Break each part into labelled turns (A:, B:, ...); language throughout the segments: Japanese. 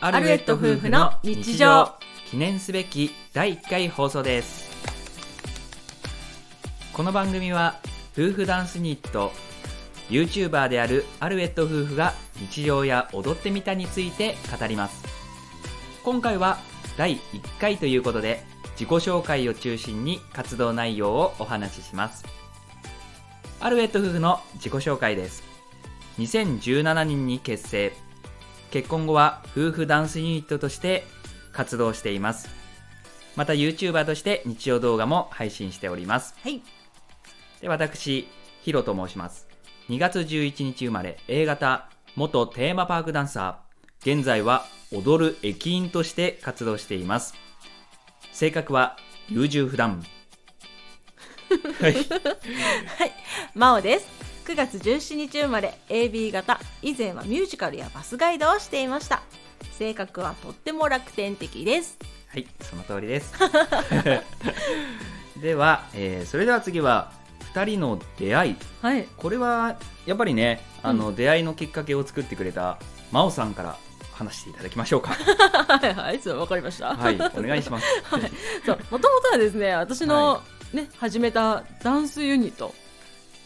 A: ア
B: ルエット夫婦の日常
A: 記念すべき第1回放送ですこの番組は夫婦ダンスニット YouTuber であるアルエット夫婦が日常や踊ってみたについて語ります今回は第1回ということで自己紹介を中心に活動内容をお話ししますアルエット夫婦の自己紹介です2017年に結成結婚後は夫婦ダンスユニットとして活動していますまた YouTuber として日曜動画も配信しております
B: はい。
A: で私ヒロと申します2月11日生まれ A 型元テーマパークダンサー現在は踊る駅員として活動しています性格は優柔不断はい
B: 真央です。9月17日生まれ AB 型以前はミュージカルやバスガイドをしていました性格はとっても楽天的です
A: はい、その通りです。 では、えーそれでは次は2人の出会い。
B: はい
A: これはやっぱりね、あの、出会いのきっかけを作ってくれた真央さんから話していただきましょうか。
B: はいはいそうわかりました
A: はい、 お願いします。
B: そうもともとはですね私の、
A: は
B: ね始めたダンスユニット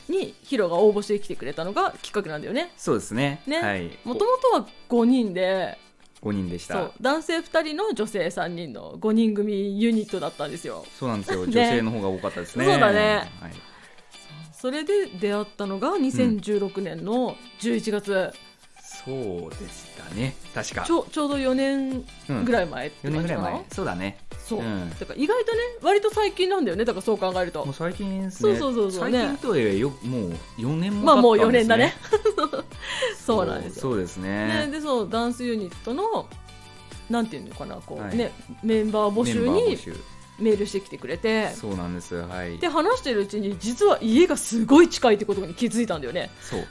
B: にヒロが応募してきてくれたのがきっかけなんだよね
A: そうですね。
B: ね
A: はい、
B: もともとは5人で
A: 5人でした。
B: そ
A: そうう
B: 男性2人の女性3人の5人組ユニットだったんですよ
A: なんですよ。 女
B: ね
A: 性の方が多かったですね。
B: そうだね
A: はい、
B: それで出会ったのが2016年の11月、
A: そうでしたね。確か
B: ち。ょちょうど4年
A: うん
B: ぐらい前って
A: 4年
B: 感
A: ぐら
B: じ
A: い
B: かな、
A: 前。そうだね。
B: そう、
A: うん
B: だから意外とね割と最近なんだよねだからそう考えると
A: もう最近ですね。
B: そうそうそうそうね
A: 最近とはいえよ、もう4年も
B: まあもう
A: 経った
B: 4
A: んです
B: 年だねそうなんですよ
A: そうですね。
B: ね、でそうダンスユニットのなんていうのかなこう、
A: はい
B: ね、メンバー募集
A: メンバー募
B: に
A: 集
B: メールしてきてくれて
A: そうなんです。はい。
B: で話してるうちに実は家がすごい近いってことに気づいたんだよ ね
A: そう。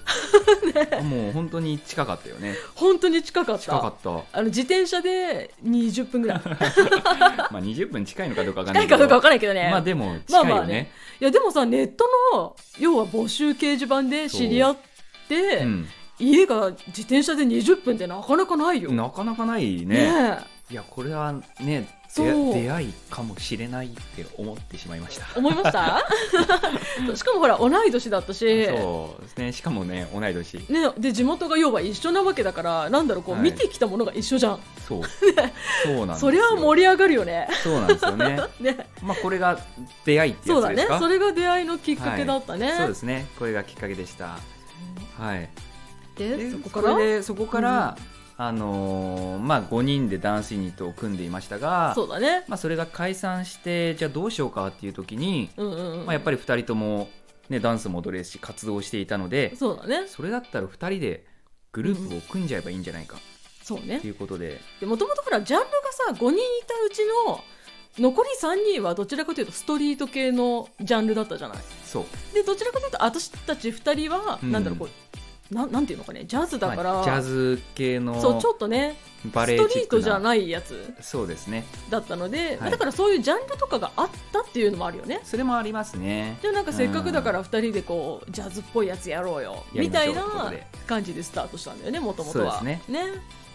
A: もう本当に近かったよね。
B: 本当に近かった
A: 近か った。
B: あの自転車で20分ぐらい
A: まあ20分近いのかどうかわかんな
B: 近
A: い
B: い
A: け
B: か
A: ど。
B: どうか 分からないけどね、
A: まあでも近い
B: まあ
A: よ
B: まあね
A: ね。
B: いやでもさネットの要は募集掲示板で知り合って、
A: うん。
B: 家が自転車で20分ってなかなかないよ。
A: なかなかない
B: ね
A: ね。いやこれはね出
B: そう
A: 出会いかもしれないって思ってしまいました。
B: え思いました そうしかもほら同い年だったし、ね、
A: そうですね。しかもね同い年。
B: で地元が要は一緒なわけだからなんだろうこう、
A: はい
B: 見てきたものが一緒じゃん
A: そう。そうなんですよ。
B: そりゃ盛り上がるよね。
A: そうなんですよね。
B: ね
A: まあこれが出会いって
B: そ
A: や
B: う
A: つ
B: だ
A: で
B: ね
A: すか。
B: それが出会いのきっかけだったね。
A: そうですね。これがきっかけでした。はい。
B: で
A: で
B: そこから
A: それでそこから、あのーまあ、5人でダンスユニットを組んでいましたが
B: そうだね。
A: まあ、それが解散してじゃあどうしようかっていう時に、
B: うんうんうん
A: まあ、やっぱり2人とも、ね、ダンスも踊れるし活動していたので
B: そうだね
A: それだったら2人でグループを組んじゃえばいいんじゃないか
B: そうね
A: っていうことで、
B: でもともとほらジャンルがさ5人いたうちの残り3人はどちらかというとストリート系のジャンルだったじゃない
A: そう、
B: でどちらかというと私たち2人は、
A: うん
B: なんだろうこうななんていうのかねジャズだから、
A: まあジャズ系の
B: そうちょっとね
A: バレ
B: ス
A: エ
B: ト
A: チ
B: リ
A: ッ
B: ート
A: ク
B: じゃ
A: な
B: ないやつ
A: そうですね
B: だったので、
A: は
B: まあ、
A: い
B: だからそういうジャンルとかがあったっていうのもあるよね
A: それもありますね
B: でもなんかせっかくだから2人でこう、ジャズっぽいやつやろうよ
A: やり
B: み
A: ま
B: た
A: しょっ
B: いう
A: てこと
B: な
A: で
B: 感じでスタートしたんだよねもともとは
A: そうです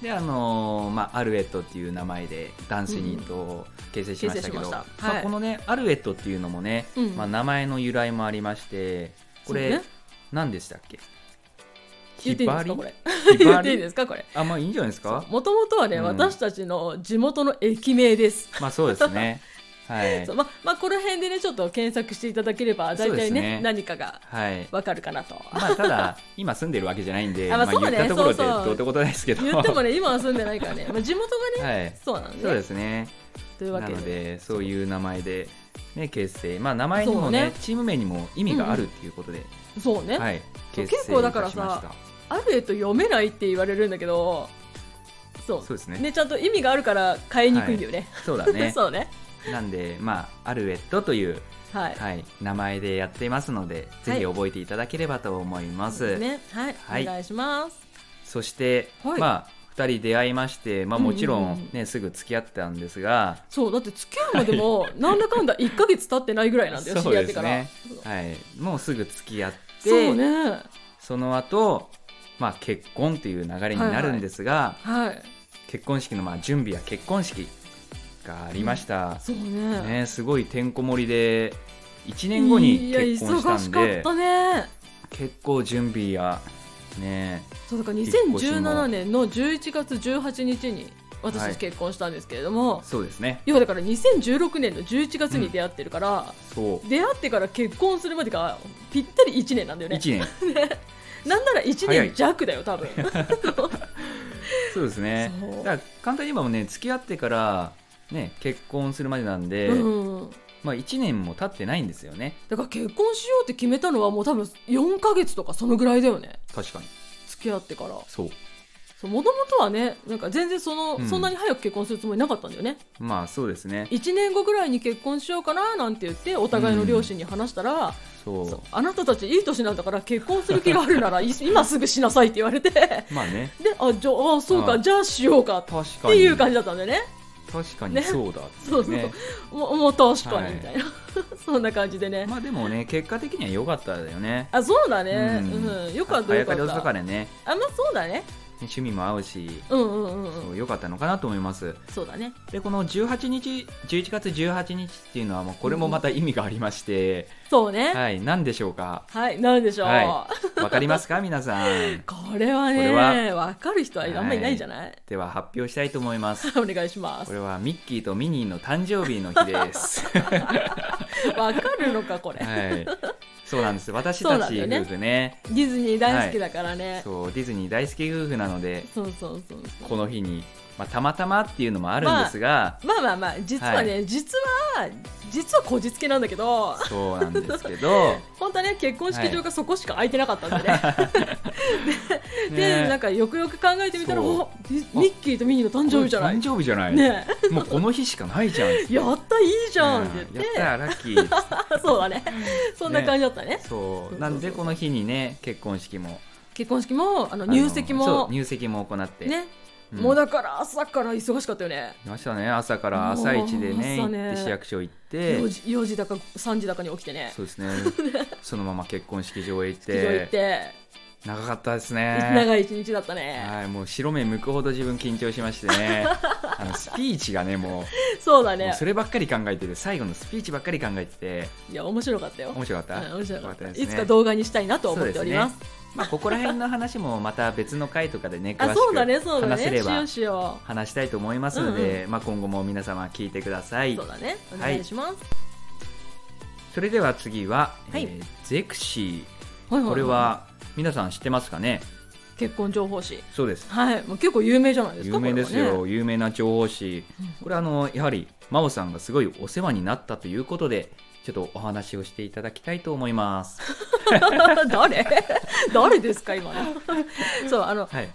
A: であのーまあ、アルエットっていう名前でダンスユニットを結成しましたけど、
B: うん
A: ま
B: 結成しましたは
A: あ、
B: い
A: このねアルエットっていうのもね、
B: うん
A: まあ、名前の由来もありましてこれ、
B: そうね
A: 何でしたっけ
B: 言っていいんですかこれ
A: ひ
B: 言
A: ば
B: っていい
A: り
B: ですかこれ
A: あまあいいんじゃないですか
B: もともとはね、
A: うん
B: 私たちの地元の駅名です。
A: まあそうですねはい
B: そうままあ、この辺でねちょっと検索していただければ大
A: そうで
B: 体
A: す
B: ね
A: ね
B: 何かが
A: はい
B: わかるかなと。
A: まあただ今住んでるわけじゃないんで
B: あまあそう
A: 言
B: だ
A: っ
B: ね
A: たところで
B: そうそう
A: どうってことないですけど
B: 言って もね今は住んでないからね、まあ、地元がね、
A: はい
B: そうなんで,、ね、
A: そうですね
B: というわ
A: な
B: けで
A: のでそういう名前で、ね、結成まあ名前にもね
B: そうね
A: チーム名にも意味があるっていうことで、
B: そうね、
A: はい、
B: そう
A: 結成
B: 結構だからさ
A: いたしました
B: アルエット読めないって言われるんだけどそう
A: そうですね
B: ねちゃんと意味があるから変えにくいんだよね。
A: そうだね
B: そうね
A: なんでまあアルエットという、
B: はい、
A: はい、名前でやっていますので、ぜひ覚えていただければと思いま
B: そ
A: す
B: うですねはい、
A: はい
B: お願いします。
A: そして、
B: はい
A: まあ2人出会いまして、まあ、もちろん、ね
B: うんうん
A: すぐ付き合ってたんですが
B: そうだって付き合うまで もなんだかんだ1か月経ってないぐらいなんだよ知
A: そう
B: り合っ
A: で
B: て
A: す
B: から。
A: ね、はい、もうすぐ付き合って
B: そうね
A: その後、まあ結婚っていう流れになるんですが、
B: はい
A: 結婚式のまあ準備や結婚式がありました、
B: そうね
A: ね、すごいてんこ盛りで1年後に結婚したん
B: いや忙しか
A: で
B: ったね
A: 結構準備やね
B: そうだから
A: 引っ越しも
B: 2017年の11月18日に私た
A: はい
B: ち結婚したんですけれども、
A: そうですね
B: 要はだから2016年の11月に出会ってるから、
A: そう
B: 出会ってから結婚するまでがぴったり1年なんだよね
A: 1年
B: なんなら1
A: 早
B: 年
A: い
B: 弱だよ多分
A: そうですね
B: そう
A: だから簡単に言えばもうね付き合ってからね結婚するまでなんで、
B: うん、
A: まあ1年も経ってないんですよね
B: だから結婚しようって決めたのはもう多分4ヶ月とかそのぐらいだよね
A: 確かに
B: 付き合ってから
A: そう
B: もともとはねなんか全然その、
A: うん
B: そんなに早く結婚するつもりなかったんだよね
A: まあそうですね
B: 1年後ぐらいに結婚しようかななんて言ってお互いの両親に話したら、
A: そう
B: そうあなたたちいい年なんだから結婚する気があるならい今すぐしなさいって言われて で
A: まあね
B: あじゃああそうか
A: あ
B: じゃあしようかっ
A: 確か
B: て
A: に
B: いう感じだったんだよね
A: 確かに
B: ね
A: そうだ、ね
B: そうそうもうもう確かにみたいな、 そんな感じでね、
A: まあでもね結果的には良かったよね
B: あそうだね、
A: う
B: うんんよかった
A: 早
B: よか
A: か
B: っ
A: り遅
B: た
A: かれね
B: あまあそうだね
A: 趣味も合うし
B: うんうんうんうん
A: そう良かったのかなと思います
B: そうだね
A: でこの18日11月18日っていうのはもうこれもまた意味がありまして、
B: そうねはい、
A: はい何でしょうか
B: なんでしょう、
A: はわかりますか皆さん
B: これはね
A: これ
B: わかる人はあんまりいないんじゃない、
A: では発表したいと思います
B: お願いします
A: これはミッキーとミニーの誕生日の日です
B: わかるのかこれ、
A: はいそうなんです私
B: そう
A: た
B: なん
A: ち
B: だよね
A: 夫婦ね
B: ディズニー大好きだからね、
A: そうディズニー大好き夫婦なので
B: そうそうそうそう
A: この日に、まあ、たまたまっていうのもあるんですが、
B: まあまあまあ実はね、実は実はこじつけなんだけど
A: そうなんですけど、
B: 本当はね結婚式場がそこしか空いてなかったん でね、 でなん
A: ね、
B: かよくよく考えてみたら
A: そう
B: おミミッキーとミニーの誕生日じゃない
A: 誕生日じゃない、
B: ね
A: もうこの日しかないじゃん
B: やったいいじゃんって
A: うん
B: 言
A: や
B: っ、
A: ってたーラッキ ー
B: そうだねそんな感じだったね
A: そ
B: そう
A: うなんでこの日にね結婚式も
B: 結婚式もあの
A: あの
B: 入籍
A: そ
B: も
A: う入籍も行って、
B: ね、
A: うん
B: もうだから朝から忙しかったよね
A: いましたね朝から朝一でね
B: も
A: 行
B: う朝ね
A: って市役所行って
B: 4時 ,4 時だか3時だかに起きてね
A: そうです ねそのまま結婚式場へ行っ
B: 式場行ってて、
A: 長かったですね
B: 長い一日だったね
A: はいもう白目向くほど自分緊張しまして ねあのスピーチがねもう
B: そうだ
A: もう
B: ね
A: そればっかり考えてて最後のスピーチばっかり考えてて
B: いや面白かったよ
A: 面白かった、
B: うん面白かった
A: よですね
B: いつか動画にしたいなと思っております
A: そうでねまあ、ここら辺の話もまた別の回とかでね詳
B: あ
A: し
B: そうだねそう
A: く
B: だ
A: 話せ
B: ねし
A: れ
B: よ
A: ば
B: うしよ
A: 話したいと思いますので、まあ、今後も皆様聞いてくださ
B: う
A: い
B: そうだねお
A: はい
B: 願いします、
A: それでは次は、
B: はい
A: えーゼクシ
B: はいい
A: ー
B: い
A: これは皆さん知ってますかね
B: 結婚情報誌
A: そうです
B: はいもう結構有名じゃないですか
A: 有名です
B: これはね
A: よ、有名な情報誌これあのやはり真央さんがすごいお世話になったということでちょっとお話をしていただきたいと思います
B: 誰 誰ですか今の そうあの
A: はい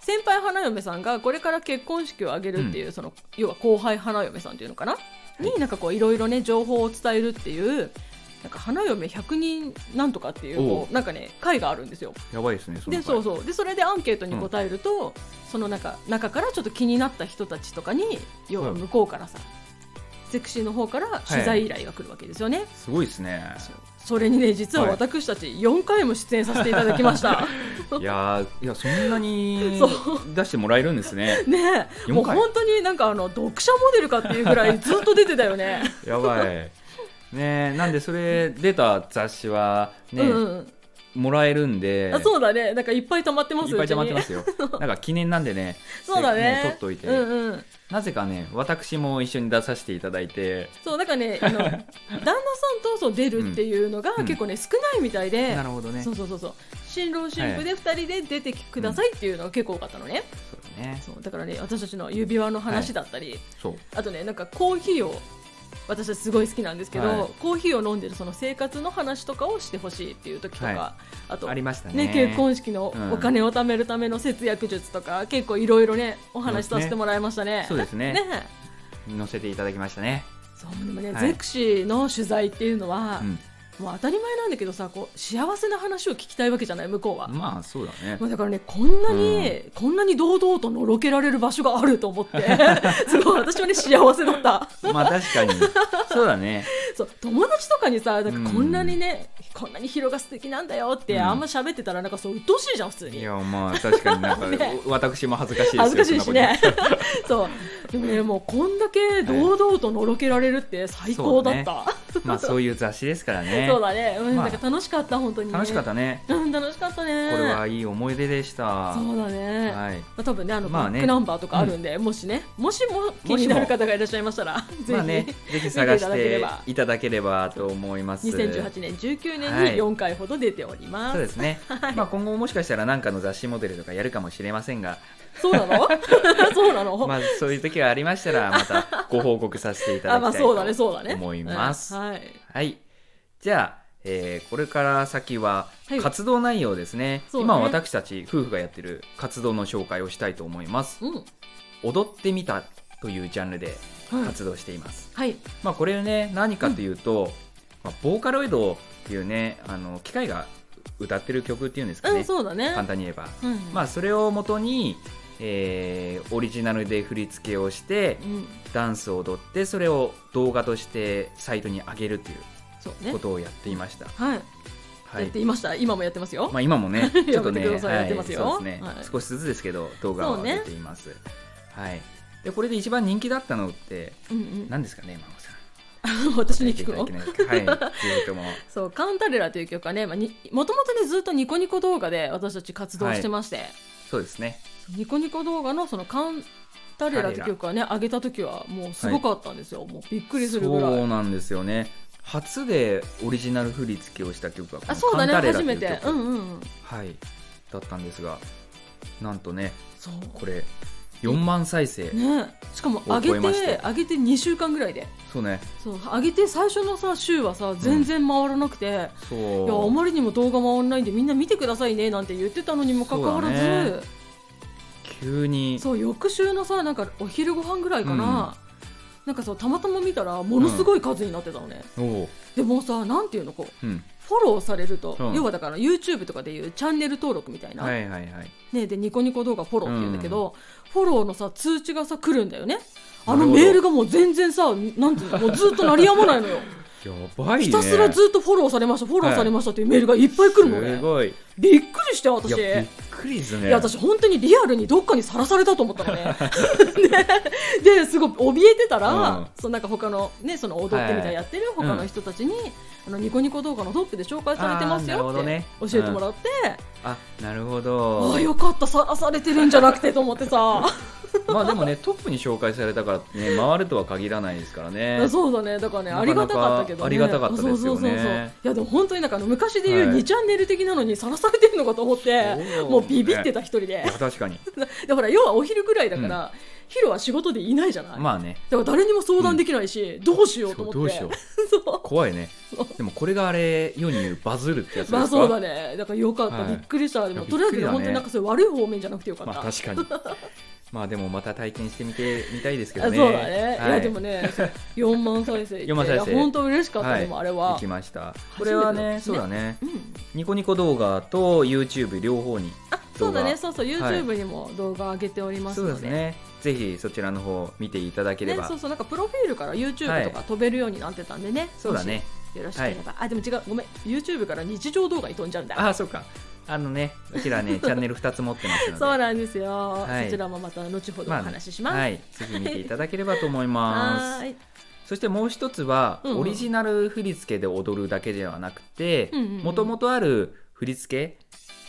B: 先輩花嫁さんがこれから結婚式を挙げるっていう、その要は後輩花嫁さんっていうのかな、
A: い
B: になんかこういろいろね情報を伝えるっていうなんか花嫁100人なんとかっていう
A: おう
B: こうなんかね会があるんですよ
A: やばいですねその
B: で
A: 回
B: そうそうでそれでアンケートに答えると、その中中からちょっと気になった人たちとかに要は
A: はい
B: 向こうからさ、ゼクシーの方から取材依頼が来るわけですよね、
A: すごいですね
B: そうそれにね実は
A: はい
B: 私たち4回も出演させていただきました
A: いやーいやそんなに
B: そ
A: 出してもらえるんですね
B: ねえもう
A: 四回
B: 本当になんかあの読者モデルかっていうぐらいずっと出てたよね
A: やばい ねえなんでそれ出た雑誌はね、
B: うんうん
A: もらえるんで
B: あそうだねなんかいっぱい溜まってます
A: いっぱい溜まってますすよ なんか記念なんでね
B: そうだね
A: 取っといて、
B: うんうん
A: なぜかね私も一緒に出させていただいて
B: そうなんか ねあの旦那さんとそう出るっていうのが
A: うん
B: 結構ね少ないみたいで、
A: なるほどね
B: そ
A: そう
B: うそうそうそう新郎新婦で2人で出てくださいっていうのが結構多かったのね、
A: だね
B: そうだからね私たちの指輪の話だったり、
A: そう
B: あとねなんかコーヒーを私たちすごい好きなんですけど、
A: はい
B: コーヒーを飲んでるその生活の話とかをしてほしいっていう時とか、
A: は
B: あと
A: ありましたね
B: ね、結婚式の
A: うん
B: お金を貯めるための節約術とか、結構いろいろねお話しさせてもらいましたね。
A: そうですね
B: ね
A: 載せていただきましたね
B: そうでもね、
A: はい
B: ゼクシーの取材っていうのは、
A: うん
B: もう当たり前なんだけどさこう幸せな話を聞きたいわけじゃない向こうは、
A: まあそうだ ね
B: まあ、だからねこんなに、こんなに堂々とのろけられる場所があると思って すごい私はね幸せだった
A: まあ確かにそうだ ね
B: そう友達とかにさなんかこんなにね、こんなに広が素敵なんだよって、
A: うん
B: あんま喋ってたらなんかそう鬱陶しいじゃん普通
A: い
B: に
A: やまあ確かになんか、
B: ね
A: 私も恥ずかしいですよ
B: 恥ずかしいしね
A: そんなこ
B: そうでもねもうこんだけ堂々とのろけられるって最高だった、
A: と まあそういう雑誌ですからね
B: そうだね、うん
A: まあ
B: なんか楽しかった本当にね、
A: 楽しかったね
B: うん楽しかった
A: こ
B: ね
A: れはいい思い出でした
B: そうだね、
A: はい
B: まあ、多分ねあの、
A: まあね
B: バックナンバーとかあるんで、もしねもしも気になる方がいらっしゃいましたらぜ ひ、
A: まあねぜひ探し
B: 見ていただけれ
A: て
B: ば
A: いただければと思います
B: 2018年19
A: は
B: 年
A: い
B: に4回ほど出ております、
A: そうですね、まあ、今後もしかしたら何かの雑誌モデルとかやるかもしれませんが、
B: そう なのそうなの、
A: まあ、そういう時がありましたらまたご報告させていただ
B: あまあ
A: きたい
B: そうだね
A: と
B: そうだね
A: 思います。
B: はい、
A: はい、じゃあ、えーこれから先は
B: はい
A: 活動内容ですね、
B: そうだね
A: 今私たち夫婦がやってる活動の紹介をしたいと思います。
B: うん
A: 踊ってみたというジャンルで
B: はい、
A: 活動しています。
B: はい、
A: まあ、これね何かというと、まあ、ボーカロイドっていうねあの機械が歌ってる曲っていうんですか
B: う
A: ね
B: ん、そうだね
A: 簡単に言えば。
B: うん
A: まあ、それをもとに、えーオリジナルで振り付けをして
B: うん
A: ダンスを踊ってそれを動画としてサイトに上げるとい
B: そう
A: う
B: ね
A: ことをやっていました、
B: はい、
A: は
B: やっ
A: い
B: ていました今もやってますよ、
A: まあ、今もねちょっとね
B: やめてくださいやって
A: そう
B: ます
A: で
B: よ
A: すね
B: はい
A: 少しずつですけど動画を上げています、はい、でこれで一番人気だったのって
B: うんうん、
A: 何ですかね真帆さん
B: 私に聞く
A: 教え
B: の
A: ていただけないですかはいぜひとも
B: そうカウンタレラという曲はね、まあ、にもともとねずっとニコニコ動画で私たち活動してまして、
A: そうですね
B: ニコニコ動画のそのカウンタレラという曲はね上げた時はもうすごかったんですよ、もうびっくりするぐら
A: そ
B: いう
A: なんですよね初でオリジナル振り付けをした曲がこの
B: あそうだね
A: カンタレラ
B: 初め
A: という
B: て
A: 曲
B: うんうんうん
A: はい、だったんですがなんとね
B: そう
A: これ4万再生、
B: ねしかも上げ
A: 覚えまして
B: て上げて2週間ぐらいで
A: そうね
B: そう上げて最初のさ週はさ全然回らなくて、
A: そう
B: いやあまりにも動画回らないんでみんな見てくださいねなんて言ってたのにもかかわらず
A: そ
B: そう
A: だ
B: う,、
A: ね急に
B: 翌週のさなんかお昼ご飯ぐらいかな、なんかそうたまたま見たらものすごい数になってたのね、
A: おお
B: でもさなんていうのこう
A: う、うん、
B: フォローされると、
A: うん
B: 要はだから YouTube とかでいうチャンネル登録みたいな、
A: はいはいはい
B: ね、でニコニコ動画フォローって言うんだけど、フォローのさ通知がさ来るんだよねあ
A: な
B: の
A: るほど
B: メールがもう全然さなんていうのもうずっと鳴りやまな いのよ
A: やばいね
B: ひたすらずっとフォローされましたフォローされましたっていうメールがいっぱい来るのね、
A: すごい
B: びっくりして私
A: いやびっくりですね
B: いや私本当にリアルにどっかにさらされたと思ったのね でですごい怯えてたら、
A: うん
B: そのなんか他のねその踊ってみたいやってる他の人たちに、あのニコニコ動画のトップで紹介されてます
A: あーなるほ
B: よ
A: ど
B: っ
A: ね
B: て教えてもらって、
A: あなるほ
B: あ
A: ど
B: あよかったさらされてるんじゃなくてと思ってさ
A: まあでもねトップに紹介されたからね回るとは限らないですから ね
B: そうだねだからね
A: なかなか
B: ありがたかったけどね
A: ありがたかったですよね
B: そうそうそうそういやでも本当になんかあの昔で言
A: は
B: う
A: い
B: 2チャンネル的なのにさらされてるのかと思って、
A: そう
B: もうビビってた一人で
A: いや確かに
B: でほら要はお昼ぐらいだから、ヒロは仕事でいないじゃない、
A: まあね
B: だから誰にも相談できないし、どうしようと
A: そ
B: 思
A: う
B: って
A: どうしよう
B: そう
A: 怖いね
B: そう
A: でもこれがあれ世に言うバズるってやつですか
B: まあそうだねだからよかった、
A: はい
B: びっくりしたでも
A: いや
B: とりあえ
A: びっく
B: ず、
A: りだね
B: 本当になんかそういう悪い方面じゃなくてよかった、
A: まあ確かにまあでもまた体験してみてみたいですけ
B: あ
A: どね
B: そうだね、い、
A: は
B: やでもねそう4万 再生いって
A: 4万再生
B: いや本当嬉しかった、
A: はい
B: でもあれは
A: 行きましたこれはね
B: 初
A: そ
B: め
A: う
B: て
A: だ
B: だ
A: ね
B: うん
A: ニコニコ動画と YouTube 両方に
B: あそうだ
A: 動
B: ね
A: 画
B: そうそう
A: はい
B: YouTube にも動画上げております
A: そう
B: の
A: で
B: です
A: ねぜひそちらの方見ていただけれ
B: ね
A: ば
B: そうそうなんかプロフィールから YouTube とか飛べるようになってたんでね、
A: そうだね
B: もしよろしければ、あでも違うごめん YouTube から日常動画に飛んじゃうんだ
A: ああそうかあのねうちら ねチャンネル2つ持ってますので
B: そうなんですよ、
A: はい
B: そちらもまた後ほどお
A: まあね
B: 話しします、
A: はいぜひ見ていただければと思い
B: は
A: ま
B: ー
A: す
B: い
A: そしてもう一つは
B: うんうん
A: オリジナル振り付けで踊るだけではなくて
B: うんうんうん
A: もともとある振り付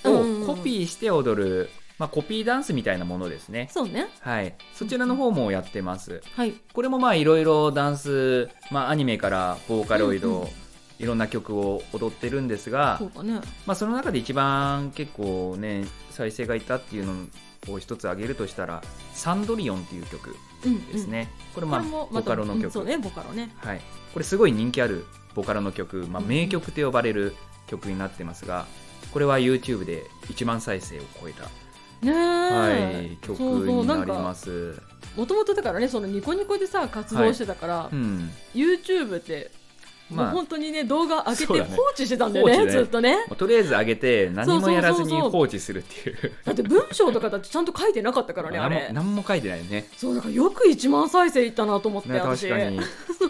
A: け
B: うんうんう
A: を
B: ん
A: コピーして踊るまあコピーダンスみたいなものですね
B: そうね
A: はい、そちらの方もやってます。
B: はい
A: これもまあいろいろダンス、まあ、アニメからボーカロイド、
B: うんうん
A: いろんな曲を踊ってるんですが
B: そ、うかね
A: まあ、その中で一番結構ね再生がいたっていうのを一つ挙げるとしたら「サンドリオン」っていう曲
B: うん
A: ですね、これ
B: うん
A: まあ
B: これも
A: ボカロの
B: うん
A: 曲、
B: そうねボカロね
A: はい、これすごい人気あるボカロの曲、まあ、
B: うん
A: 名曲と呼ばれる曲になってますがこれは YouTube で1万再生を超えた、
B: ね
A: は
B: え
A: い、曲
B: そうそう
A: に
B: な
A: なんりま
B: か
A: す。
B: もともとだからねそのニコニコでさ活動してたから、
A: うん
B: YouTube ってもう本当にね動画上げて
A: そうだね
B: 放置してたんだよね
A: 放置ね
B: ずっとね
A: もうとりあえず上げて何もやらず
B: そうそう
A: に
B: そうそう
A: 放置するっていう
B: だって文章とかだってちゃんと書いてなかったからねあ
A: 何も
B: れ
A: 何も書いてないよね
B: そうだからよく1万再生いったなと思って、
A: ね
B: 私
A: 確かに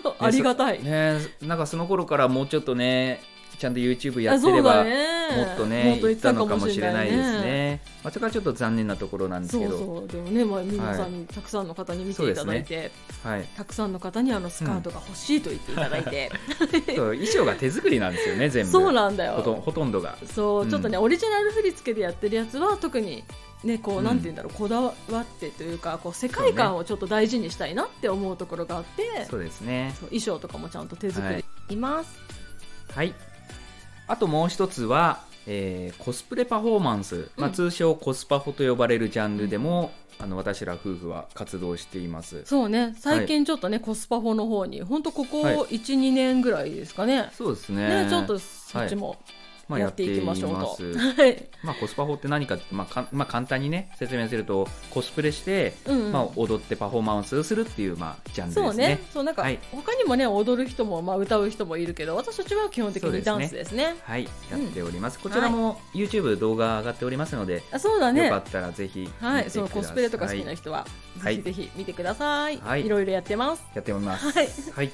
B: そう ありがたい、
A: ねなんかその頃からもうちょっとねちゃんと YouTube や
B: あ
A: って
B: そ
A: れ
B: うだ
A: ば、
B: ね
A: もっとね
B: 言
A: いったのかもしれないです
B: ね
A: ね、まあ、それはちょっと残念なところなんです
B: そ
A: け
B: う
A: ど
B: そうでもね、まあ、皆さんにたくさんの方に見ていただいて、
A: はい
B: たくさんの方にあのスカートが欲しいと言っていただいて、
A: そう 衣装が手作りなんですよね全部
B: そうなんだ
A: ほとん
B: よ
A: ほとんどが
B: そう
A: うん
B: ちょっとね、オリジナル振り付けでやってるやつは特にねこう、なんて言うんだろうこだわってというかこう世界観をちょっと大事にしたいなって思うところがあって
A: そうですね
B: そう衣装とかもちゃんと手作
A: は
B: りいます、
A: はいあともう一つは、えーコスプレパフォーマンス、まあ、
B: うん
A: 通称コスパホと呼ばれるジャンルでも、あの私ら夫婦は活動しています
B: そうね最近ちょっとね、コスパフォの方に本当ここ
A: はい
B: 12、年ぐらいですかね
A: そうですね
B: ねちょっとそっちも
A: まあ
B: や
A: や
B: っ
A: ってて
B: い
A: い
B: きま
A: ま
B: し
A: す
B: ょうと
A: ま
B: はい、
A: あ、コスパ法って何かって、まあかんまあ、簡単にね説明するとコスプレして、
B: うんうん
A: まあ、踊ってパフォーマンスをするっていう、まあ、ジャンル
B: そ
A: で
B: う
A: す
B: ね
A: ね。
B: そうなんか、
A: はい
B: 他にもね踊る人もまあ歌う人もいるけど私たちは基本的
A: そう
B: に
A: です
B: ダ
A: ね
B: ンスですね
A: はい、やっております。こちらも YouTube 動画上がっておりますので、
B: あそうだ
A: よ
B: ね
A: かったらぜひ見てくださ。
B: はいいそのコスプレとか好きな人は、
A: はい
B: ぜひぜひ見てください、、
A: はいい
B: ろいろやってます
A: やっております。
B: はい
A: はい。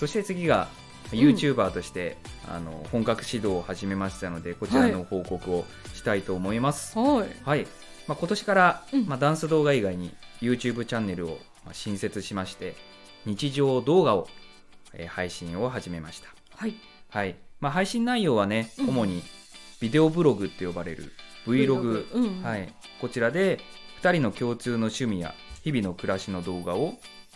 A: そして次が
B: ん
A: YouTuber として、あの本格指導を始めましたので、こちらの報告をしたいと思います。
B: はい
A: はい。まあ今年から、
B: うん
A: まあダンス動画以外に YouTube チャンネルをまあ新設しまして、日常動画を、えー配信を始めました。
B: はい
A: はい。まあ配信内容はね、
B: うん
A: 主にビデオブログって呼ばれる Vlog
B: うん、
A: はいい、こちらで2人の共通の趣味や日々の暮らしの動画を、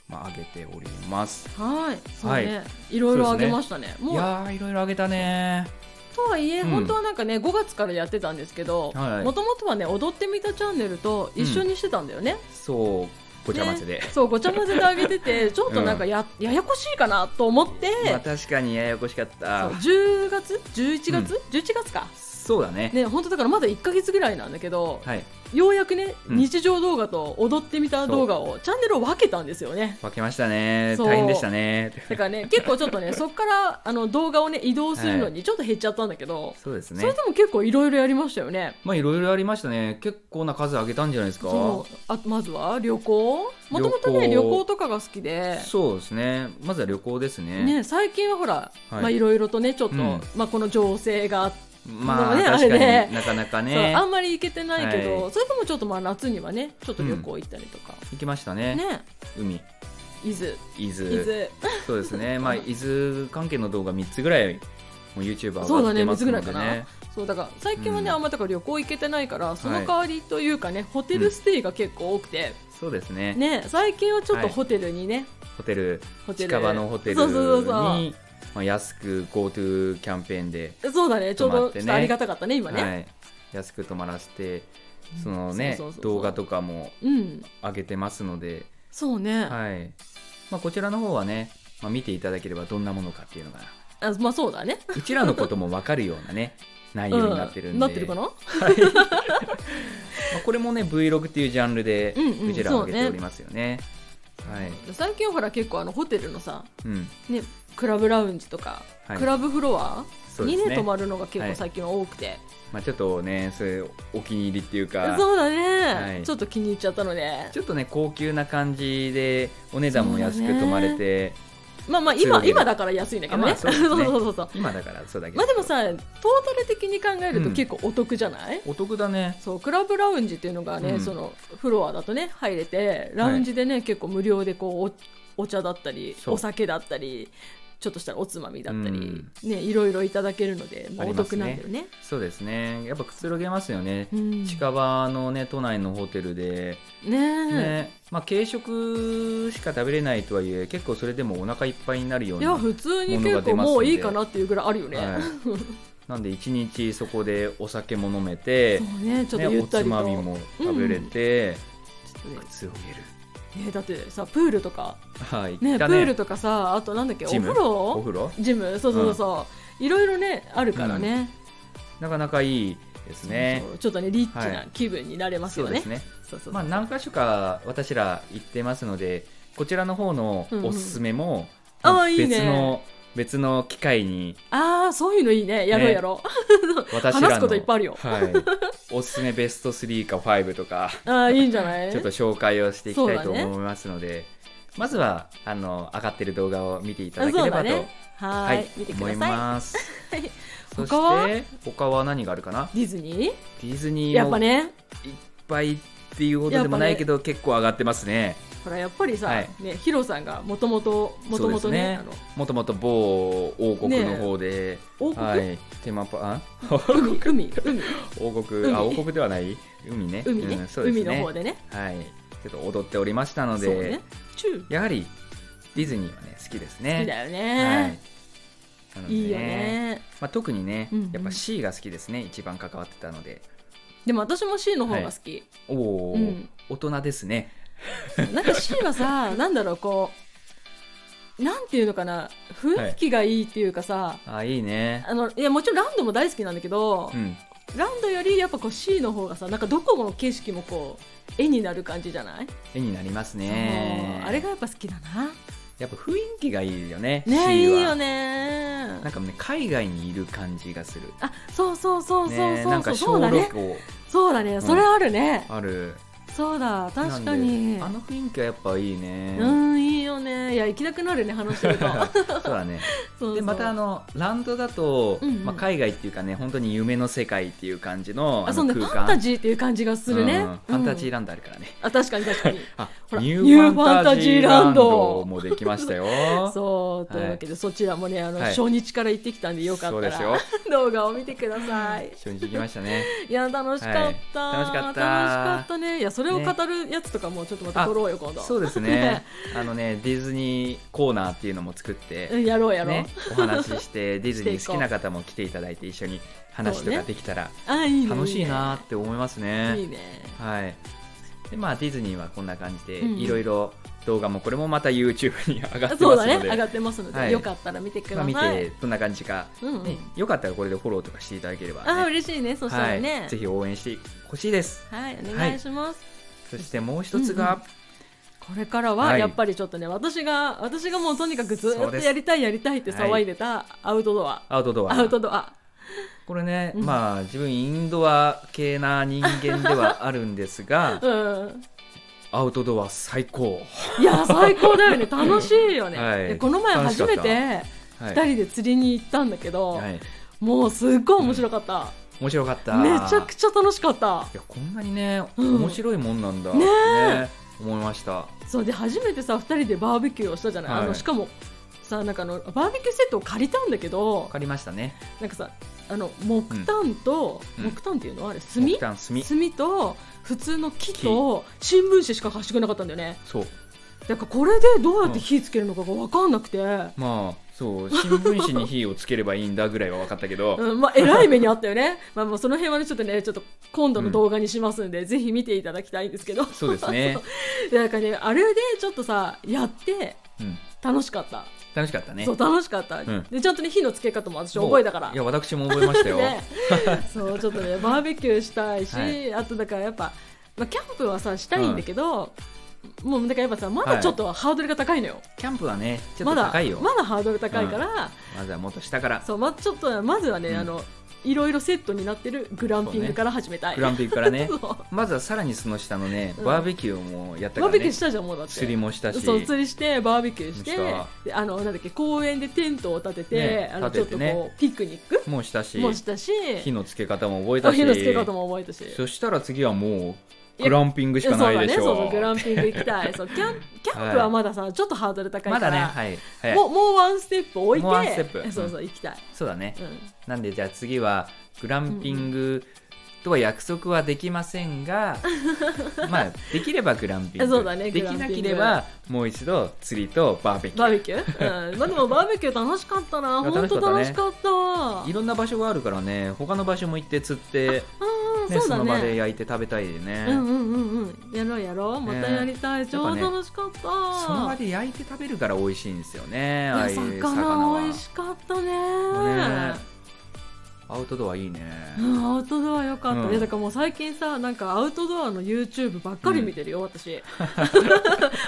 A: まあ、上げております
B: はいそうね、、
A: はい
B: ろいろあげましたね
A: い
B: もう
A: やーいろいろ上げたね
B: とはいえ、
A: うん
B: 本当はなんかね5月からやってたんですけど
A: はい
B: もともとはね踊ってみたチャンネルと一緒にしてたんだよね、
A: そうごちゃ混ぜで、
B: そうごちゃ混ぜであげててちょっとなんかや,、ややこしいかなと思って、
A: まあ確かにややこしかった
B: そう10月11月、11月か
A: そうだね
B: ね本当だからまだ1か月ぐらいなんだけど、
A: はい
B: ようやくね、
A: うん
B: 日常動画と踊ってみた動画をチャンネルを分けたんですよね
A: 分けましたね
B: そう
A: 大変でしたね
B: だか らね結構ちょっとねそこからあの動画をね移動するのにちょっと減っちゃったんだけど、
A: そうです
B: それ
A: ね
B: でも結構いろいろやりましたよね
A: まあいろいろありましたね結構な数上げたんじゃないですか
B: そうあまずは旅行もともと
A: 旅
B: ね
A: 行
B: 旅行とかが好きで、
A: そうですねまずは旅行ですね
B: ね、最近はほら、
A: はい
B: まあいろいろとねちょっと、
A: うん
B: まあ、この情勢があって、
A: まあ
B: でもね
A: 確
B: あれ
A: か
B: ね
A: になかなか
B: そう
A: ね
B: あんまり行けてないけど、
A: は
B: それでもちょっとまあ夏にはねちょっと旅行行ったりとか、
A: 行きましたね
B: ね
A: 海
B: 伊豆
A: 伊豆
B: 伊豆
A: そうです ね、まあ、伊豆関係の動画3つぐらい、もう YouTuber
B: そう
A: 上がっ
B: だね
A: てますので、ね、
B: 3つぐらいかなそうだから最近はね、
A: うん
B: あんまだから旅行行けてないからその代わりというかね、ホテルステイが結構多くて、
A: そうですね、
B: ね最近はちょっ
A: は
B: と
A: い
B: ホテルにね、
A: ホテル、
B: ホテル
A: 近場のホテルに、
B: そうそうそう
A: まあ、安く GoTo キャンペーンで、
B: そうそうだねちょう
A: 泊ま
B: ど
A: っ
B: ち
A: て
B: ょ
A: ね
B: っとありがたかったね今ね、
A: はい、安く泊まらせて、そのね、
B: そうそうそうそう
A: 動画とかも
B: うん
A: 上げてますので、
B: そうね、
A: はいまあ、こちらの方はね、まあ、見ていただければどんなものかっていうのが、
B: あまあそうだね
A: うちらのことも分かるような ね、内容になってるんで、
B: うん、なってるかな
A: まあ、これもね Vlog っていうジャンルで
B: うんうん
A: うちら上げておりますよね。はい、
B: 最近はほら結構あのホテルのさ
A: うん、
B: ねクラブラウンジとか、
A: はい
B: クラブフロア
A: そうで
B: に
A: す
B: ね
A: ね
B: 泊まるのが結構最近は多くて、
A: まあちょっとねそれお気に入りっていうか、
B: そうだね、
A: はい
B: ちょっと気に入っちゃったので
A: ちょっとね高級な感じでお値段も安
B: そう
A: く
B: だね
A: 泊まれて、
B: まあまあ
A: ツー
B: 今
A: ルで
B: 今だから安いんだけどね,、
A: あまあそうですね
B: そうそうそうそう
A: 今だからそうだけど。
B: まあでもさトータル的に考えると結構お得じゃない、
A: お得だね。
B: そうクラブラウンジっていうのがね、
A: うん
B: そのフロアだとね入れてラウンジでね、結構無料でこうおお茶だったり
A: そう
B: お酒だったりちょっとしたらおつまみだったり、ね、いろいろいただけるので、まあ、
A: あ
B: お
A: ります
B: 得
A: ね
B: なんだよね。
A: そうですね。やっぱくつろげますよね。
B: うん
A: 近場のね都内のホテルで、
B: ねえ
A: ねまあ、軽食しか食べれないとはいえ結構それでもお腹いっぱいになるよう
B: いや
A: な
B: 普通に結構もういいかなっていうぐらいあるよね、
A: はい、なんで一日そこでお酒も飲めて、
B: そうねちょっ
A: ね、
B: とゆ
A: お
B: った
A: つ
B: りと、
A: まみも食べれて、
B: ちょっと
A: くつろげる
B: ねねだってさプールとか
A: はい、
B: ね
A: 行っ
B: プ
A: た
B: ールとかさあとなんだっけお
A: ジ
B: 風
A: ム
B: 呂
A: お風呂
B: ジムそうそうそうそういろいろねあるからね,
A: なかなかいいです
B: そうそう、
A: ね
B: ちょっとねリッチ
A: は
B: ない気分になれますよね、
A: ですね
B: そうそうそう
A: まあ何か所か私ら行ってますのでこちらの方のおすすめも、
B: うんうん
A: ま
B: あーいいね
A: 別の別の機会に
B: ああそういうのいいねやろう
A: ね
B: やろ
A: 私らの
B: 話すこといっぱいあるよ
A: はい、おすすめベスト3か5と か
B: う、 ああいいんじゃない
A: ちょっと紹介をしていきたいと
B: そうだね
A: 思いますので、まずはあの上がってる動画を見ていた
B: あ
A: だけ
B: そう
A: れば
B: だ
A: と、
B: ねはーい、見てく
A: 思
B: だ
A: い
B: さい
A: ます。
B: い
A: そして
B: 他は
A: 他は何があるかな
B: ディズニ
A: ディズ
B: ー
A: ニ
B: や
A: ー
B: っぱ
A: もいっ
B: ね
A: ぱいっていうほどでもないけど、結構上がってますね
B: ほらやっぱりさ、
A: はい
B: ねヒロさんがもともともと
A: そうで
B: も
A: す
B: とね
A: ね
B: あの
A: もともと某王国の方で、
B: 王国、
A: はいテーマパあ
B: 海海海
A: 王国
B: 海
A: あ王国ではない 海ね
B: 海ね,、
A: うんそうです
B: 海
A: ね
B: の方でね
A: はいちょっと踊っておりましたので、
B: そうねチュー
A: やはりディズニーはね好きですね
B: 好きだよ
A: はい
B: ね、
A: なので
B: い、いよね
A: まあ、特にね、
B: うんうん
A: やっぱ C が好きですね一番関わってたので
B: でも私も C の方が好き、
A: おお、
B: うん
A: 大人ですね
B: なんか C はさなんだろうこうなんていうのかな雰囲気がいいっていうかさ、
A: あいいね
B: あのいやもちろんランドも大好きなんだけど、
A: うん
B: ランドよりやっぱこう C の方がさなんかどこの景色もこう絵になる感じじゃない、
A: 絵になりますね
B: そうあれがやっぱ好きだな
A: やっぱ雰囲気がいいよね C は
B: ねいいよね
A: なんかね海外にいる感じがする
B: あそうそうそうそうそう
A: ね
B: そ
A: な
B: うん
A: か
B: そ
A: 小
B: うだ
A: 旅
B: ね
A: 行
B: そうだねそれあるね、
A: ある
B: そうだ確か
A: なん
B: に
A: であの雰囲気はやっぱいいね
B: うんいいよねいや行きたくなるね話してると そう
A: そうだね
B: そ う
A: でまたあのランドだと、
B: うんうん
A: まあ、海外っていうかね本当に夢の世界っていう感じの
B: あ
A: あ
B: そ
A: の
B: うねフ
A: 空
B: ァンタ
A: 間
B: ジーっていう感じがする
A: う
B: ね、うんん
A: ファンタジーランドあるからね、
B: あ確かに確か に
A: あ
B: ほら
A: ニ
B: ニュ
A: ュ
B: ー
A: ー
B: フ
A: フ
B: ァ
A: ァ
B: ン
A: ン
B: タ
A: タ
B: ジ
A: ジ
B: ー
A: ー
B: ラ
A: ラ
B: ン
A: ン
B: ド
A: ドもできましたよ
B: そうというわけで、そちらもねあの、
A: はい
B: 初日から行ってきたんでよかった
A: そう
B: ら
A: で
B: 動画を見てください
A: 初日行きました ね
B: いや楽しかった、
A: はい楽しかった
B: 楽しかったねいやそれを語るやつとかもちょっとまた撮ろうよ今度
A: そうですねあのねディズニーコーナーっていうのも作って、
B: うんやろうやろう、
A: ね、お話ししてディズニ
B: してい
A: ー
B: こう
A: 好きな方も来ていただいて一緒に話とかできたら
B: あいいね
A: 楽しいなって思いますね
B: いいね
A: はいでまあディズニーはこんな感じで、
B: うんうん
A: いろいろ動画もこれもまた YouTube に上がってます
B: そう
A: の
B: だ
A: で
B: ね上がってますので、
A: はい
B: よかったら見てくだ
A: まあ、
B: さい、
A: 見てどんな感じか、
B: うんうん
A: ねよかったらこれでフォローとかしていただければ、ね
B: あ嬉しいねそした
A: は
B: ら
A: い
B: ね、
A: ぜひ応援してほしいです
B: はい、お願いします、
A: そしてもう一つ
B: うんう
A: が、
B: これからは
A: はい
B: やっぱりちょっとね、私が私がもうとにかくず
A: そ
B: っ
A: う
B: と
A: です
B: やりたいやりたいって騒いでたアウトドア、
A: アウトドア
B: アウトドア
A: これね、
B: うん
A: まあ自分インドア系な人間ではあるんですが
B: うん
A: アウトドア最高、
B: いや最高だよ ね楽しいよね、
A: はい
B: でこの前
A: 楽し
B: 初
A: かった
B: めて
A: はい
B: 2人で釣りに行ったんだけど、
A: はい、
B: もうすっごい面白かった、
A: 面白かった
B: めちゃくちゃ楽しかった
A: いやこんなにね、
B: うん
A: 面白いもんなんだ
B: ね
A: ね思いました
B: そうで初めてさ2人でバーベキューをしたじゃない、
A: はい
B: あのしかもさなんかあのバーベキューセットを借りたんだけど
A: わかりましたね
B: なんかさあの木炭と、
A: うん
B: 木炭っていうのはあれ炭
A: 木炭炭
B: 炭と普通の木と新聞紙しか貸してくれなかったんだよね
A: そう
B: だからこれでどうやって火つけるのかが分かんなくて、う
A: まあそう新聞紙に火をつければいいんだぐらいは分かったけど、
B: んまあ、えらい目にあったよね まあもうその辺はねちょっとねちょっと今度の動画にしますんで、ぜひ見ていただきたいんですけど
A: そうですね
B: なんかねあれでちょっとさやって
A: うん、
B: 楽しかった、
A: 楽しかったね
B: そう楽しかった、
A: うん
B: でちゃんとね火のつけ方も私覚えたから
A: いや私も覚えましたよ、
B: ね、そうちょっとねバーベキューしたいし、
A: はい
B: あとだからやっぱ、まあ、キャンプはさしたいんだけど、もうだからやっぱさまだ
A: はい
B: ちょっとハードルが高いのよ、
A: キャンプはねちょ
B: ま
A: っと
B: だ
A: 高いよま
B: まだハードル高いから、
A: ずはもっと下から
B: そうまちょっとまずはね、
A: うん
B: あのいろいろセットになってるグランピングから始めたい、
A: グランピングからね
B: そう
A: まずはさらにその下のね
B: うん
A: バーベキューもやったから
B: バー
A: ね、
B: ベキューしたじゃんもうだって
A: 釣りもしたし
B: そう釣りしてバーベキューして
A: した
B: であのなんだっけ公園でテントを立てて,、
A: ね
B: あのちょ
A: 立
B: って
A: て
B: と
A: ね
B: こうピクニック
A: もうしたし
B: もしたし
A: 火のつけ方も覚え
B: お
A: たし
B: 火のつけ方も覚えたし
A: そしたら次はもうグランピングしかないでし
B: そ
A: ょ
B: うだねそうそうグランピング行きたいそうキャンキャンプはまださ、ちょっとハードル高い
A: ま
B: か
A: だ
B: ら、
A: ねはい、はい、
B: もうもうワンステップ置いて
A: もうワンステップ
B: そうそう行きたい、
A: そうだね
B: うん、
A: なんでじゃあ次はグランピングとは約束はできません が、まあできればグランピング
B: そうだね
A: で
B: グ
A: き
B: ランピング
A: なければもう一度釣りとバーベキュ
B: バー
A: ー
B: ベキ ュー、うんまあ、でもバーベキュー楽しかったな
A: いや
B: 本当楽
A: 楽
B: し
A: し
B: かったあ
A: いろんな場所があるからね他の場所も行って釣って、
B: あー、
A: ね
B: そう
A: そ
B: だ
A: の場で
B: ね
A: 焼いて食べたいでね、
B: うんうんうんうんやろうやろうまたやりたい、
A: ね
B: 超楽しかった
A: その場で焼いて食べるから美味しいんですよねああい
B: いや
A: う魚は
B: 魚美味しかったね
A: ねアウトドアいいね、
B: うんアウトドア良かった、
A: うん
B: いやだからもう最近さなんかアウトドアの YouTube ばっかり見てるよ、私 も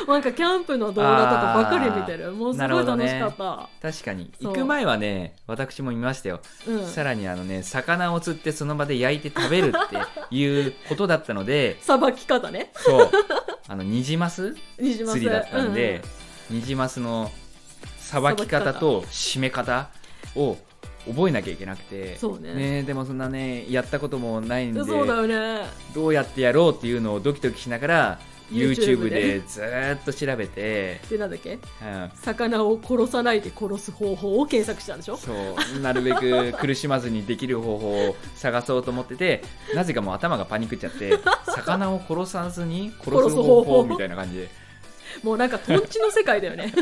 B: うなんかキャンプの動画とかばっかり見てるもうすご
A: なるほ
B: い
A: ど
B: 楽
A: ね
B: しかった、
A: 確かに
B: そう
A: 行く前はね私も見ましたよ、
B: うん、
A: さらにあのね魚を釣ってその場で焼いて食べるっていうことだったの で
B: さばき方ね
A: そうあのニジマス
B: ニジマス
A: 釣りだったんで、ニジマスのさばき方と締め方を覚えなきゃいけなくて
B: そうね
A: えでもそんなねやったこともないん
B: うんう
A: で
B: んそうだよね
A: どうやってやろうっていうのをドキドキしながら
B: YouTube
A: YouTube
B: で
A: でずーっと調べて、
B: でなんだっけ
A: うん、
B: 魚を殺さないで殺す方法を検索したんでしょ
A: そうなるべく苦しまずにできる方法を探そうと思っててなぜかもう頭がパニックっちゃ って魚を殺さずに殺す方法みたいな感じで
B: もうなんかとんちの世界だよね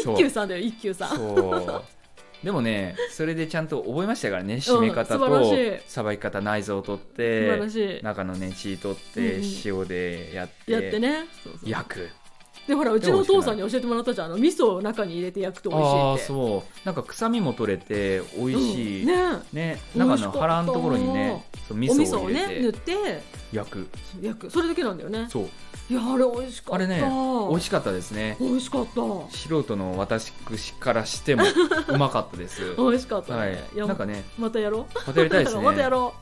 A: そう
B: 休さんだよ一休さん
A: そうでもねそれでちゃんと覚えましたからね締め方
B: 素
A: と
B: 晴らしい
A: さばき方内臓を取っ
B: 素晴ら
A: て
B: しい
A: 中のね血取っ
B: う
A: て
B: ん
A: 塩でやって,、
B: やってねそうそう
A: 焼く
B: でほらうちのお父さんに教えてもらったじゃんあの味噌を中に入れて焼くと美味しいって
A: ああーそうなんか臭みも取れて美味しい、
B: うん
A: ね
B: ね
A: 中の腹のところにねそう味
B: お味
A: 噌
B: 噌
A: を
B: を
A: 入
B: ね
A: れ
B: 塗ってて
A: 焼く
B: 焼くそれだけなんだよね
A: そう
B: いやあれ美味しかった
A: あれね美味
B: し
A: しかったですね
B: 美味しかった
A: 素人の私から してもうまかったです
B: 美味しかった
A: は
B: ね、
A: い
B: いや
A: なんかね
B: またやろう
A: またやりたいですね
B: またやろ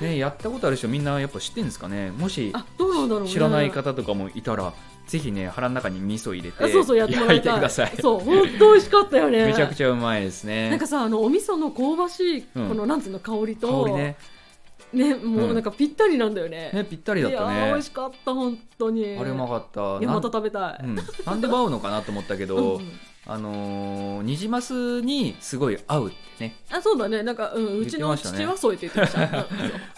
A: ねやったことある人みんなやっぱ知ってるんですかねもし
B: うあどうなんだろう、ね、
A: 知らない方とかもいたらぜひね腹の中に味噌入れ
B: あ
A: て
B: そうそうやっても
A: 焼
B: らい
A: いて
B: たい
A: ください
B: そう本当美味しかったよね
A: めちゃくちゃうまいですね
B: なんかさあのお味噌の香ばしいこ
A: うん
B: の、なんつうの香り
A: 香
B: と
A: りね
B: ねもうなんかぴったりなんだよね,、
A: ねぴったりだっ
B: いや
A: た
B: ー美
A: ね
B: 味しかった本当に
A: あれうまかった
B: いやま
A: なん
B: た食べたい、
A: うん、なんでも合うのかなと思ったけ
B: うん
A: ど、
B: うん
A: あのー、ニジマスにすごい合うってね
B: あそうだねなんか、うん、うちの
A: 言ってましたね
B: 父はそう言って言ってま した、うん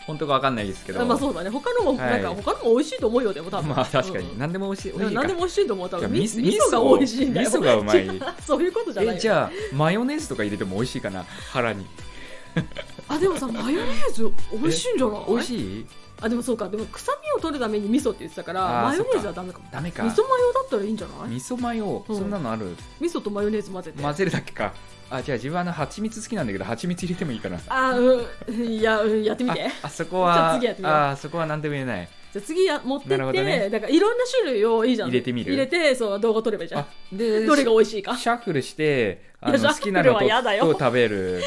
A: 本当かわかんないですけど
B: あまあそうだね他のも、
A: はい
B: なんか他のも美味しいと思うよでも多分
A: まあ確かに、
B: うん
A: 何でも美味しい美
B: でも
A: 味しいか
B: 何でも美味しいと思う多分
A: いや
B: み
A: 味噌
B: 味噌が美味しいんだよ
A: 味噌がうまい
B: 違 そういうことじゃない
A: え
B: よ
A: じゃあマヨネーズとか入れても美味しいかな腹に
B: あでもさマヨネーズ美味しいんじゃない
A: 美味しい
B: あでもそうかでも臭みを取るために味噌って言ってたから
A: あー
B: マヨネーズはダメかも
A: ダメか
B: 味噌マヨだったらいいんじゃない
A: 味噌マヨ、
B: うん
A: そんなのある
B: 味噌とマヨネーズ混ぜて
A: 混ぜるだけかあじゃあ自分はあの蜂蜜好きなんだけど蜂蜜入れてもいいかな
B: あうんいやうんやってみて
A: ああそこ
B: じゃあ
A: は
B: 次やってみよう
A: ああそこは何でも言えない
B: じゃあ次や持ってって
A: なるほどね
B: だからいろんな種類をいいじゃん
A: 入れてみる
B: 入れてそう動画撮ればいいじゃん
A: あで
B: どれが美味しい か
A: シャッフルしてあ
B: いやシャ
A: の
B: ッ
A: 好
B: フ
A: き
B: ル
A: なの
B: は
A: と
B: やだよ
A: と食べ る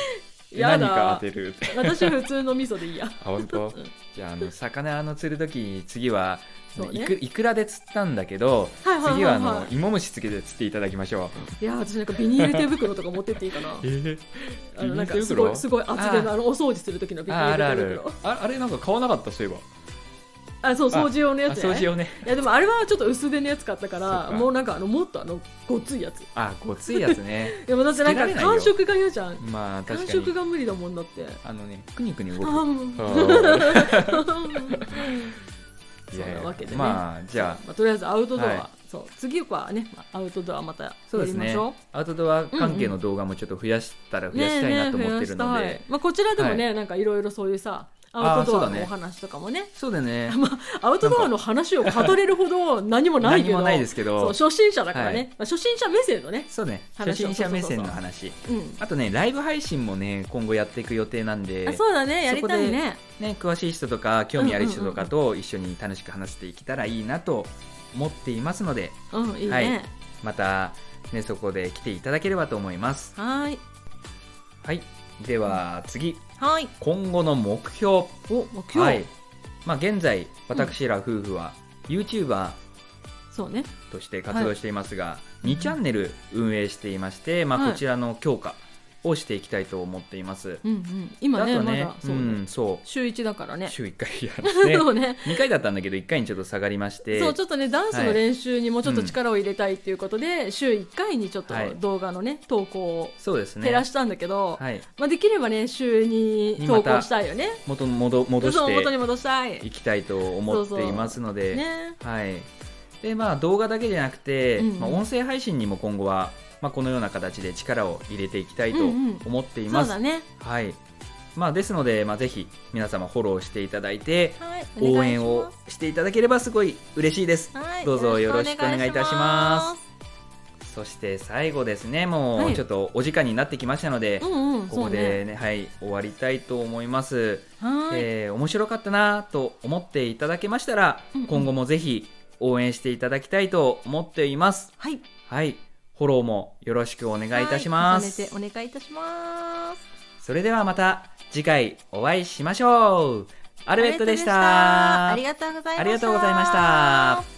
B: やだ
A: 何か当てるあ
B: 私普通の味噌でいいや
A: 本当じゃああの魚の釣る時次は
B: そうね
A: いくいくらで釣ったんだけど
B: はいはいはいはい
A: 次はあの芋虫つけて釣っていただきましょ
B: いや私なんかビニール手袋とか持ってっていいかな
A: うえ
B: あのなんかすごいすごい厚手のあのお掃除する時のビニ
A: あ
B: ー
A: あるあ
B: ル手
A: る
B: 袋
A: ああれなんか買わなかったそういえば
B: あそう掃除用の
A: あ
B: やつね
A: 掃除用ね
B: いやでもあれはちょっと薄手のやつ買ったから
A: そうか
B: もうなんかあのもっとあのごついやつ
A: あごついやつね
B: でもだってなん
A: つけられ
B: か
A: ないよ
B: 感触が嫌じゃん
A: まあ確
B: 感
A: かに
B: 触が無理だもんだって
A: あのねくにくに動く
B: あー
A: あ
B: もう
A: ーいやい
B: そん
A: や
B: なわけでね
A: まあじゃあ
B: まあ、とりあえずアウトドア、
A: は
B: そう次はねまあアウトドアまたや
A: そうで
B: り
A: す
B: ま
A: ね
B: しょう
A: アウトドア関係の動画もちょっと増やしたら増や
B: ね
A: し
B: え
A: たい
B: ね
A: な
B: え
A: と
B: 増
A: 思っ
B: や
A: てる
B: し
A: の
B: た
A: で
B: いまあ、こちらでもね、なんかいろいろそういうさアウトド
A: あーそ
B: ア
A: うだ
B: の
A: ね
B: お話とかもね
A: そうだね
B: まあアウトドアの話を語れるほど何もないけ
A: 何
B: ど
A: もないですけ
B: そう
A: ど
B: 初心者だからね、
A: はい
B: まあ、初心者目線のね、
A: そうね初
B: 話を
A: 心者目線の
B: そう
A: 話
B: うん、
A: あとねライブ配信もね今後やっていく予定なんで
B: あそうだねやりたいね
A: ね、詳しい人とか興味ある人とかと一緒に楽しく話していけたらいいなと思っていますので
B: うんいい
A: はい
B: ね
A: また、ね、そこで来ていただければと思います。
B: はーい
A: はい、では次
B: はーい
A: 今後の目標
B: お目標、
A: はいまあ、現在私ら夫婦は YouTuber
B: そうね
A: として活動していますが、2チャンネル運営していまして、ま
B: は
A: あ、
B: い
A: こちらの強化をしていきたいと思っています。
B: うんうん今
A: あ
B: ね
A: と
B: ま
A: ね
B: だ、
A: う
B: そうね、
A: ん、そ
B: 週一だから
A: う
B: ね
A: 週1回やるんですね
B: そうね
A: 2回だったんだけど1回にちょっと下がりまして
B: そうちょっとねダンスの練習にもちょっと
A: はい
B: 力を入れたいっていうことで、週1回にちょっと
A: はい
B: 動画のね、投稿を
A: そうですね
B: 減らしたんだけど、
A: はい、
B: まあ、できればね週に投稿したいよね
A: 元に戻戻
B: そう
A: し
B: 元に
A: て
B: 戻したい
A: いきたいと思っていますので
B: ね
A: はいでまあ、動画だけじゃなくて、
B: うん
A: まあ、音声配信にも今後は、まあ、このような形で力を入れていきたいと
B: うんうん
A: 思ってい
B: そ
A: ま
B: う
A: す、
B: だね
A: はいまあ、ですので、まあ、ぜひ皆様フォローしていただいて
B: はいお願いし
A: 応援
B: ます
A: をしていただければすごい嬉しいです
B: はい
A: どうぞよろしくお願いいたしますそして最後ですねも
C: は
A: う
C: い
A: ちょっとお時間になってきましたので、
C: うんうん
A: こ
C: そ
A: こ
C: うね
A: でねはい終わりたいと思います、
C: はーい、
A: えー面白かったなと思っていただけましたら、
C: うんうん
A: 今後もぜひ応援していただきたいと思っています
B: はい
A: はいフォローもよろしくお願いいたします、
B: はい重ねてお願いいたします
A: それではまた次回お会いしましょうアルベットでした
B: ありがとうございました
A: ありがとうございました